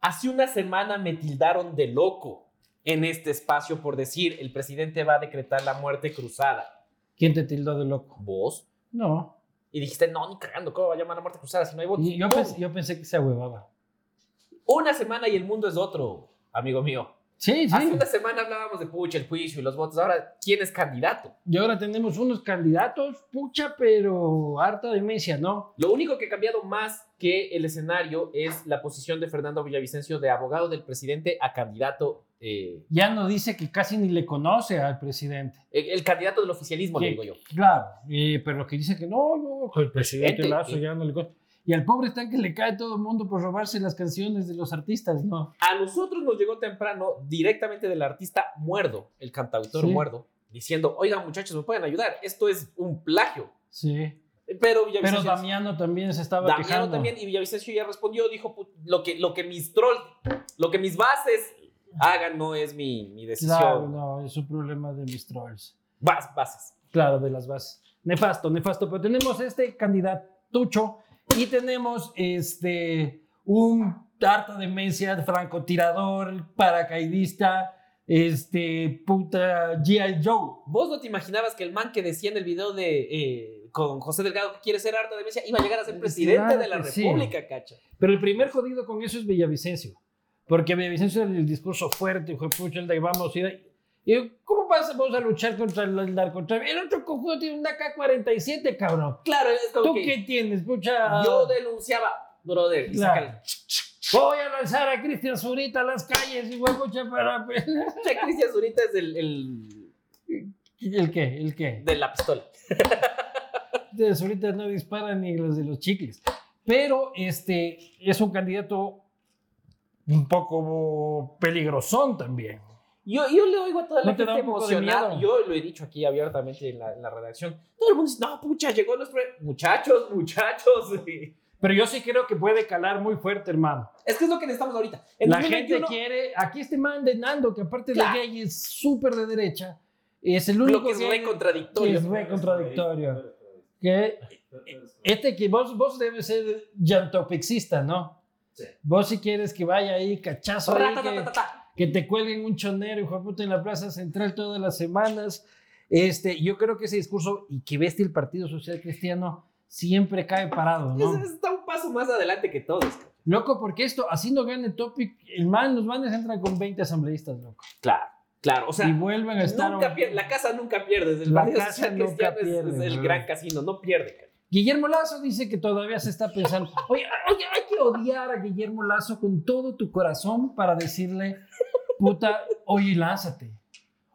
Hace una semana me tildaron de loco en este espacio por decir, el presidente va a decretar la muerte cruzada. ¿Quién te tildó de loco? ¿Vos? No. Y dijiste, no, ni cagando, ¿cómo va a llamar la muerte cruzada si no hay votos? Y Yo, ¿Cómo? pens- yo pensé que se ahuevaba. Una semana y el mundo es otro, amigo mío. Sí, Hace Ah, sí. una semana hablábamos de Puch, el juicio y los votos. Ahora, ¿quién es candidato? Y ahora tenemos unos candidatos, pucha, pero harta demencia, ¿no? Lo único que ha cambiado más que el escenario es la posición de Fernando Villavicencio de abogado del presidente a candidato, eh, Ya no dice que casi ni le conoce al presidente. el, el candidato del oficialismo, le Sí. digo yo. Claro, eh, pero que dice que no, no, que el presidente Presidente, Lazo eh. ya no le conoce. Y al pobre está que le cae todo el mundo por robarse las canciones de los artistas, ¿no? A nosotros nos llegó temprano directamente del artista Muerdo, el cantautor Sí. Muerdo, diciendo, oigan muchachos, ¿me pueden ayudar? Esto es un plagio. Sí. Pero Pero Villavicencio... Damiano también se estaba Damiano quejando. también, y Villavicencio ya respondió, dijo, "Pu- lo que, lo que mis trolls, lo que mis bases hagan no es mi, mi decisión. Claro, no, es un problema de mis trolls. Bas- bases. Claro, de las bases. Nefasto, nefasto. Pero tenemos este candidatucho y tenemos este un harta demencia, francotirador, paracaidista, este puta G.I. Joe. ¿Vos no te imaginabas que el man que decía en el video de eh, con José Delgado que quiere ser harta de Messi iba a llegar a ser presidente Claro de la que sí. República, cacha? Pero el primer jodido con eso es Villavicencio. Porque Villavicencio era el discurso fuerte, hijo de pucha, el de vamos a ir. Y, ¿Cómo vas vamos a luchar contra el, el narcotráfico? El otro cojudo tiene una K-47, cabrón. Claro, es como ¿Tú que qué tienes, pucha? yo denunciaba, brother, y Claro. sácale. Voy a lanzar a Cristian Zurita a las calles, hijo de pucha, para. O sea, Cristian Zurita es el, el ¿El qué? ¿El qué? de la pistola. de ahorita no disparan ni los de los chicles. Pero este es un candidato un poco peligrosón también. Yo, yo le oigo a toda la ¿No te da gente un poco de emocionada. miedo? Yo lo he dicho aquí abiertamente en la, en la redacción. Todo el mundo dice, no, pucha, llegó nuestro... Muchachos, muchachos. Pero yo sí creo que puede calar muy fuerte, hermano. Es que es lo que necesitamos ahorita. En La 2021, gente quiere. Aquí este man de Nando, que aparte Claro. de gay es súper de derecha, es el lo único que es gay re contradictorio. Eh, Es re contradictorio. que este que vos, vos debes ser llantopexista, ¿no? Sí. Vos si quieres que vaya ahí, cachazo. ahí, que- Ratatatatata. que te cuelguen un chonero, hijo de puta, en la Plaza Central todas las semanas. Este, yo creo que ese discurso y que bestia el Partido Social Cristiano siempre cae parado, Es- ¿no? Está un paso más adelante que todos. Loco, porque esto, así no gane Topic, el man, los manes entran con 20 asambleístas, loco. Claro, claro. O sea, y vuelven a estar. nunca un- pier- la casa nunca pierde. El La Partido casa Social nunca Cristiano es- es, pierde, el ¿no? gran casino, no pierde. cara. Guillermo Lazo dice que todavía se está pensando. Oye, oye, hay que odiar a Guillermo Lazo con todo tu corazón para decirle, puta, oye, lánzate.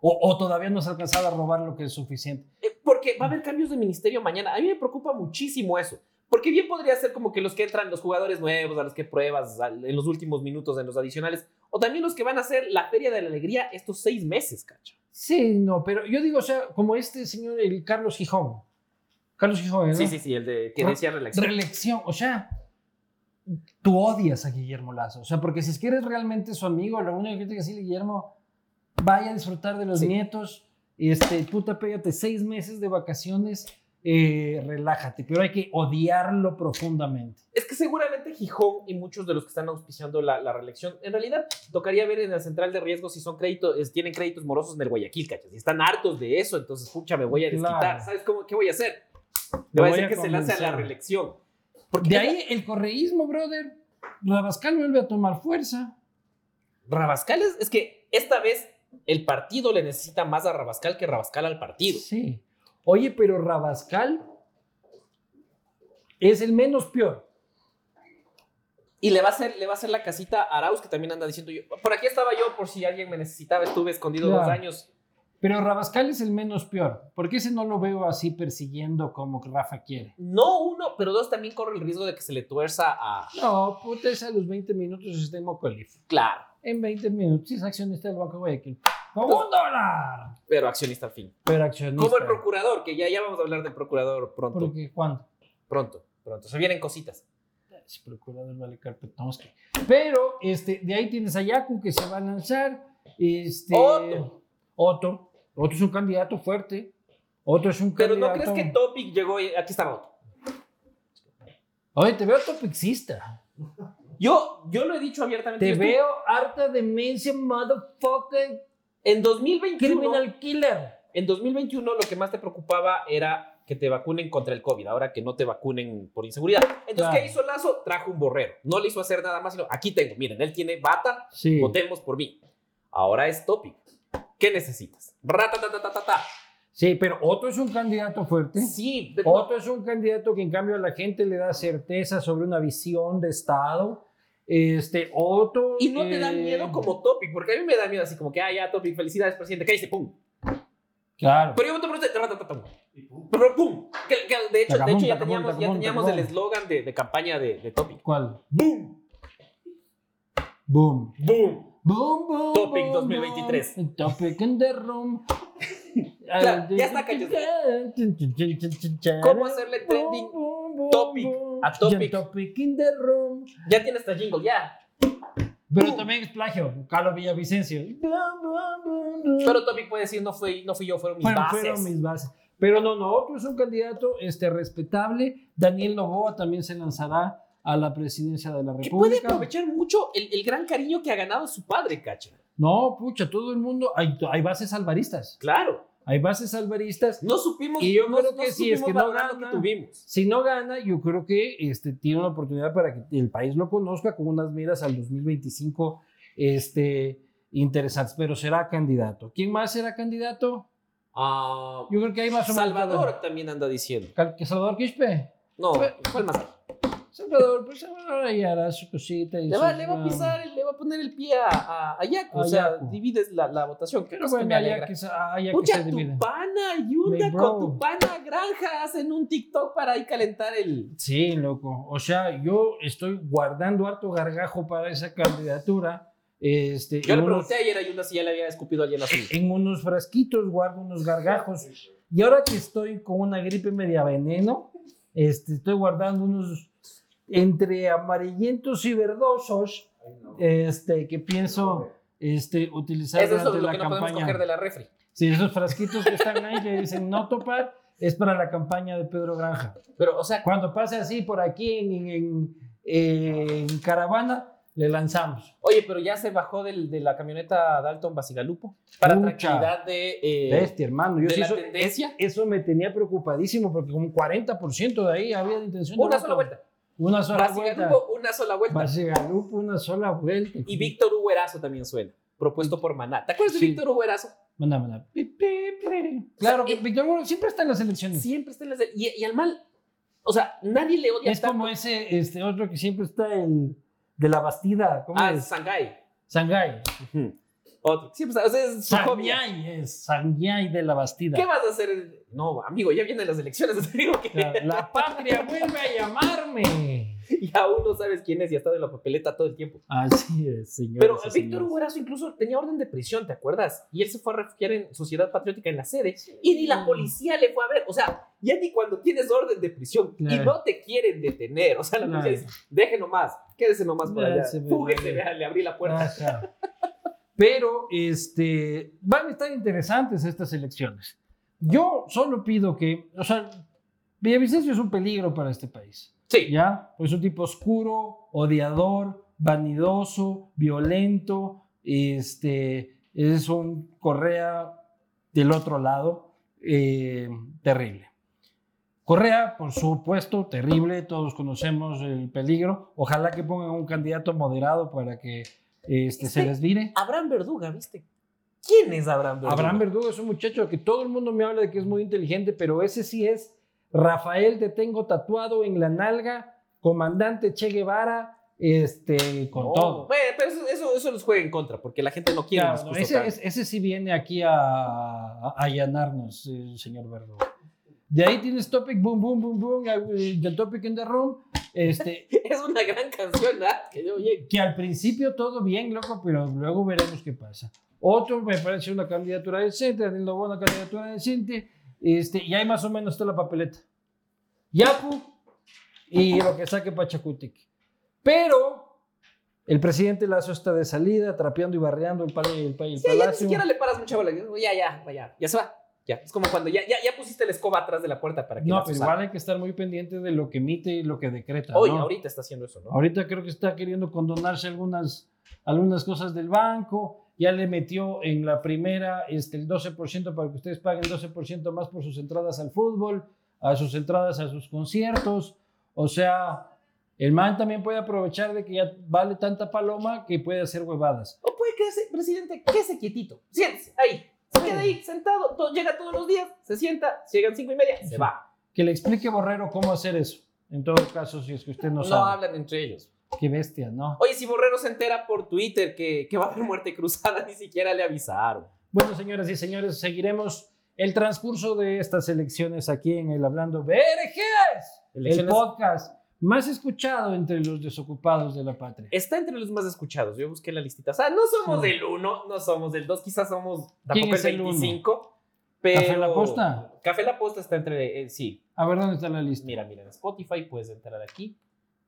O, o todavía no has alcanzado a robar lo que es suficiente. Eh, Porque va a haber cambios de ministerio mañana. A mí me preocupa muchísimo eso. Porque bien podría ser como que los que entran, los jugadores nuevos, a los que pruebas al- en los últimos minutos, en los adicionales, o también los que van a hacer la Feria de la Alegría estos seis meses, cacha. Sí, no, pero yo digo, o sea, como este señor, el Carlos Gijón. Carlos Gijón, ¿no? Sí, sí, sí, el de que Re- decía relaxación. Reelección, o sea, tú odias a Guillermo Lazo, o sea, porque si es que eres realmente su amigo, lo único que tienes que decirle, Guillermo, vaya a disfrutar de los Sí. nietos, este, puta, pégate seis meses de vacaciones, eh, relájate, pero hay que odiarlo profundamente. Es que seguramente Gijón y muchos de los que están auspiciando la, la reelección, en realidad tocaría ver en la central de riesgo si son créditos, es- tienen créditos morosos en el Guayaquil, cachas. Y están hartos de eso, entonces, pucha, me voy a desquitar. Claro. ¿Sabes cómo, qué voy a hacer? Lo Le voy a voy decir a que se lance a la convencer. reelección. De ahí el correísmo, brother, Rabascal vuelve a tomar fuerza. Rabascal es, es que esta vez el partido le necesita más a Rabascal que Rabascal al partido. Sí. Oye, pero Rabascal es el menos peor. Y le va a hacer, le va a hacer la casita a Arauz, que también anda diciendo yo. Por aquí estaba yo, por si alguien me necesitaba, estuve escondido Claro. dos años. Pero Rabascal es el menos peor, porque ese no lo veo así persiguiendo como Rafa quiere. No uno, pero dos también corre el riesgo de que se le tuerza a. No, puta, es a los 20 minutos está en Mocolif. Claro. En 20 minutos es accionista del Banco de Guayaquil. ¡Con un dólar! pero accionista al fin. Pero accionista. Como el procurador, que ya, ya vamos a hablar del procurador pronto. Porque cuando Pronto, pronto. Se vienen cositas. Es procurador vale Karpetowski. Pero este, de ahí tienes a Yaku que se va a lanzar. Este, Otto. Otto. Otto es un candidato fuerte. Otto es un Pero candidato. ¿no crees que Topic llegó y aquí está Otto? Oye, te veo topixista. Yo, yo lo he dicho abiertamente. Te yo estoy- veo harta demencia, motherfucker, En 2021, criminal killer. en 2021 lo que más te preocupaba era que te vacunen contra el COVID, ahora que no te vacunen por inseguridad. Entonces, Claro. ¿qué hizo Lazo? Trajo un borrero. No le hizo hacer nada más, sino aquí tengo, miren, él tiene bata, Sí. votemos por mí. Ahora es tópico. ¿Qué necesitas? Ratatatatata. Sí, pero Otto es un candidato fuerte. Sí, de- Otto es un candidato que en cambio a la gente le da certeza sobre una visión de Estado. Este, Otto... Y no te da eh, miedo como Topic, porque a mí me da miedo así como que, ah, ya, Topic, felicidades, presidente, dice? pum. Claro. Pero yo voto por usted, ra, ta, ta, ta, pum. Pero pum. Que- que de hecho, de Tacabum, hecho ya tacabum, teníamos, ya tacabum, teníamos el tacabum. eslogan de, de campaña de, de Topic. ¿Cuál? Boom, Boom. boom. Boom, boom. Topic boom, 2023. boom. Topic in the room. Claro, ya está, cachos. ¿Cómo hacerle trending? Boom, boom, Topic boom. a topic? Topic in the room. Ya tiene hasta jingle, ya. Pero Boom. también es plagio. Carlos Villavicencio. Boom, boom, boom, boom. Pero Topic puede decir, no fui, no fui yo, fueron mis Fueron- bases. fueron mis bases. Pero no, no, otro es un candidato este, respetable. Daniel Novoa también se lanzará a la presidencia de la Que puede República. aprovechar mucho el, el gran cariño que ha ganado su padre, cacha. No, pucha, todo el mundo. Hay, hay bases alvaristas. Claro. Hay bases alvaristas. No supimos. Y yo no- creo no que sí, es supimos que no valorar lo gana. que tuvimos. Si no gana, yo creo que este, tiene una oportunidad para que el país lo conozca con unas miras al 2025 este, interesantes, pero será candidato. ¿Quién más será candidato? Ah, Yo creo que hay más o menos. Salvador también anda diciendo. Cal- que Salvador Quispe. No, Fue- ¿cuál más? Salvador, pues ahora ya hará su cosita. y Le va, sus, le va a ah, pisar, le va a poner el pie a, a, a Yaku. A o sea, Yaku. divides la, la votación. Que Pero es que bueno, me ya alegra. que, se- ah, ya que Pucha, se tu divide. pana Mi Yunda bro. con tu pana Granja hacen un TikTok para ahí calentar el. Sí, loco. O sea, yo estoy guardando harto gargajo para esa candidatura. Este, Yo en le unos- pregunté ayer a Yunda si ya le había escupido a alguien así. en unos frasquitos, guardo unos gargajos. Y ahora que estoy con una gripe media veneno, este, estoy guardando unos entre amarillentos y verdosos este, que pienso este, utilizar Eso es durante sobre lo la que no podemos campaña. coger de la refri. Sí, esos frasquitos que están ahí que dicen no topar es para la campaña de Pedro Granja. Pero, o sea, Cuando pase así por aquí en, en- en- en caravana, le lanzamos. oye, pero ya se bajó del, de la camioneta Dalton Basigalupo para Pucha. tranquilidad de, eh, Bestia, hermano. Yo de sí la soy- tendencia. Eso me tenía preocupadísimo porque como un 40% de ahí había de intención de Una voto. sola vuelta. Una sola vuelta. Basigalupo, una sola vuelta. Basigalupo, una sola vuelta. Y Víctor Huerazo también suena, propuesto por Maná. ¿Te acuerdas Sí. de Víctor Huerazo? Manda, manda. Pi, pi, pi. Claro, que Víctor Hugo siempre está en las elecciones. Siempre está en las... Y, y al mal, o sea, nadie le odia es tanto. como ese este otro que siempre está el de la Bastida, ¿cómo Ah, es? Shanghai. Shanghái. Otro. Siempre está... O sea, es su Ah, hobby. Shanghái es Shanghái de la Bastida. ¿Qué vas a hacer? No, amigo, ya vienen las elecciones, te digo que Claro, La patria vuelve a llamarme. ya uno sabes quién es y ha estado en la papeleta todo el tiempo. Así es, señor. Pero Víctor Huerazo incluso tenía orden de prisión, ¿te acuerdas? Y él se fue a refugiar en Sociedad Patriótica en la sede y ni Mm. la policía le fue a ver. O sea, ya ni cuando tienes orden de prisión Claro. y no te quieren detener, o sea, la policía Claro. dice, deje nomás, quédese nomás por Ya allá, se me fúguese, vale. vea, le abrí la puerta. Ajá. Pero este, van a estar interesantes estas elecciones. Yo solo pido que, o sea, Villavicencio es un peligro para este país. Sí, ¿Ya? Es un tipo oscuro, odiador, vanidoso, violento. Este, es un Correa del otro lado, eh, terrible. Correa, por supuesto, terrible, todos conocemos el peligro. Ojalá que pongan un candidato moderado para que este, se Este- les vire. Abraham Verduga, ¿viste? ¿Quién es Abraham Verduga? Abraham Verdugo es un muchacho que todo el mundo me habla de que es muy inteligente, pero ese sí es Rafael, te tengo tatuado en la nalga, comandante Che Guevara, este, con No, todo. bueno, pero eso, eso, eso los juega en contra, porque la gente no quiere Claro, un discurso no, ese, tan- ese- ese sí viene aquí a, a allanarnos, eh, señor Verdugo. De ahí tienes Topic, boom, boom, boom, boom, eh, The Topic in the Room. Este, Es una gran canción, ¿verdad? Que yo oye, que al principio todo bien, loco, pero luego veremos qué pasa. Otro me parece una candidatura decente, Daniel Novoa una candidatura decente, este, y ahí más o menos está la papeleta. Yapu y lo que saque Pachacutic. Pero el presidente Lazo está de salida, trapeando y barreando el, pal- el, pal- el ya, ya ni palacio. siquiera le paras mucha bola. Ya, ya, ya, ya se va. Ya, es como cuando ya, ya, ya pusiste la escoba atrás de la puerta para que No, pues la pero igual hay que estar muy pendiente de lo que emite y lo que decreta. Hoy, ¿no? ahorita está haciendo eso, ¿no? Ahorita creo que está queriendo condonarse algunas, algunas cosas del banco. Ya le metió en la primera este, el 12% para que ustedes paguen 12% más por sus entradas al fútbol, a sus entradas a sus conciertos. O sea, el man también puede aprovechar de que ya vale tanta paloma que puede hacer huevadas. O puede quedarse, presidente, quédese quietito. Siéntese ahí. Se queda ahí, sentado. to- llega todos los días, se sienta, llegan cinco y media, se va. Que le explique Borrero cómo hacer eso. En todo caso, si es que usted no, No sabe. hablan entre ellos. Qué bestia, ¿no? Oye, si Borrero se entera por Twitter que, que va a haber muerte cruzada, ni siquiera le avisaron. Bueno, señoras y señores, seguiremos el transcurso de estas elecciones aquí en el Hablando BRGs, el Elecciones- podcast más escuchado entre los desocupados de la patria. Está entre los más escuchados. Yo busqué la listita. O sea, no somos Sí. del 1, no somos del 2, quizás somos ¿Quién tampoco es el el uno? 25. Pero... ¿Café La Posta? Café La Posta está entre. eh, sí, A ver dónde está la lista. mira, mira, en Spotify puedes entrar aquí.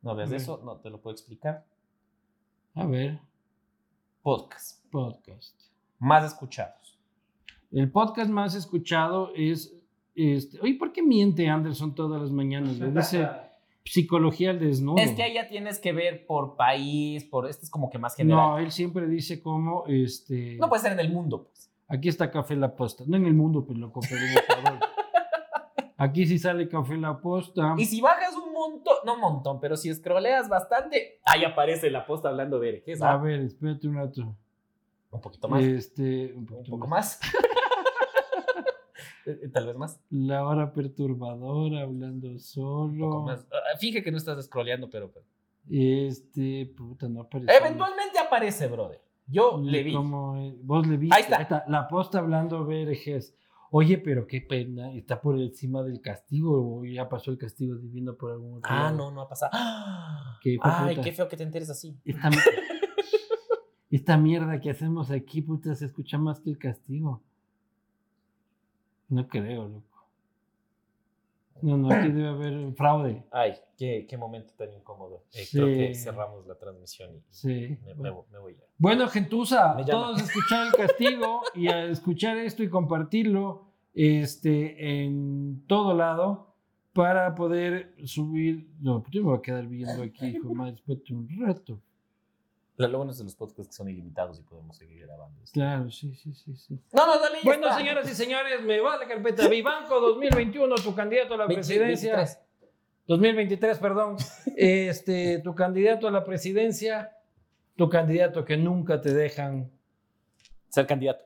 No veas A ver. eso, no te lo puedo explicar. A ver, Podcast. podcast. Más escuchados. El podcast más escuchado es este, oye, ¿por qué miente Anderson todas las mañanas? Le dice psicología al desnudo. Es que ahí ya tienes que ver por país, por. Este es como que más general. no, él siempre dice como este No, puede ser en el mundo, pues. Aquí está Café La Posta. No en el mundo, pero loco, pero en Ecuador. Aquí sí sale Café La Posta. Y si bajas un montón, no un montón, pero si scrolleas bastante, ahí aparece la posta hablando de herejes. A ¿ah? ver, espérate un rato. Un poquito más. Este, un un poquito poco más. más. Eh, eh, Tal vez más. La hora perturbadora, hablando Un poco solo. más. Ah, Finge que no estás scrolleando, pero. pero- Este, puta, no aparece. Eventualmente aparece, brother. Yo le vi. ¿Cómo es? Vos le viste. Ahí está. La Posta hablando BRGs. Oye, pero qué pena. Está por encima del castigo. O ya pasó el castigo divino por algún otro. Ah, lado? no, no ha pasado. ¡Ah! Qué hijo de Ay, puta. qué feo que te enteres así. Esta, esta mierda que hacemos aquí, puta, se escucha más que el castigo. No creo, loco. No, no, aquí debe haber fraude. Ay, qué, qué momento tan incómodo. Eh, Sí. Creo que cerramos la transmisión y Sí. me, me vo- me voy. ya. Bueno, gentuza, Me llama. todos escuchar el castigo y a escuchar esto y compartirlo este, en todo lado para poder subir. No, pues yo me voy a quedar viendo aquí, hijo de madre, espérate un rato. Lo lo bueno es de los podcasts que son ilimitados y podemos seguir grabando. esto. Claro, sí, sí, sí, sí. No, no, dale. ya Bueno, está. señoras y señores, me va la carpeta. Vivanco 2021, tu candidato a la 20, presidencia. 23. 2023, perdón. Este, tu candidato a la presidencia, tu candidato que nunca te dejan Ser candidato.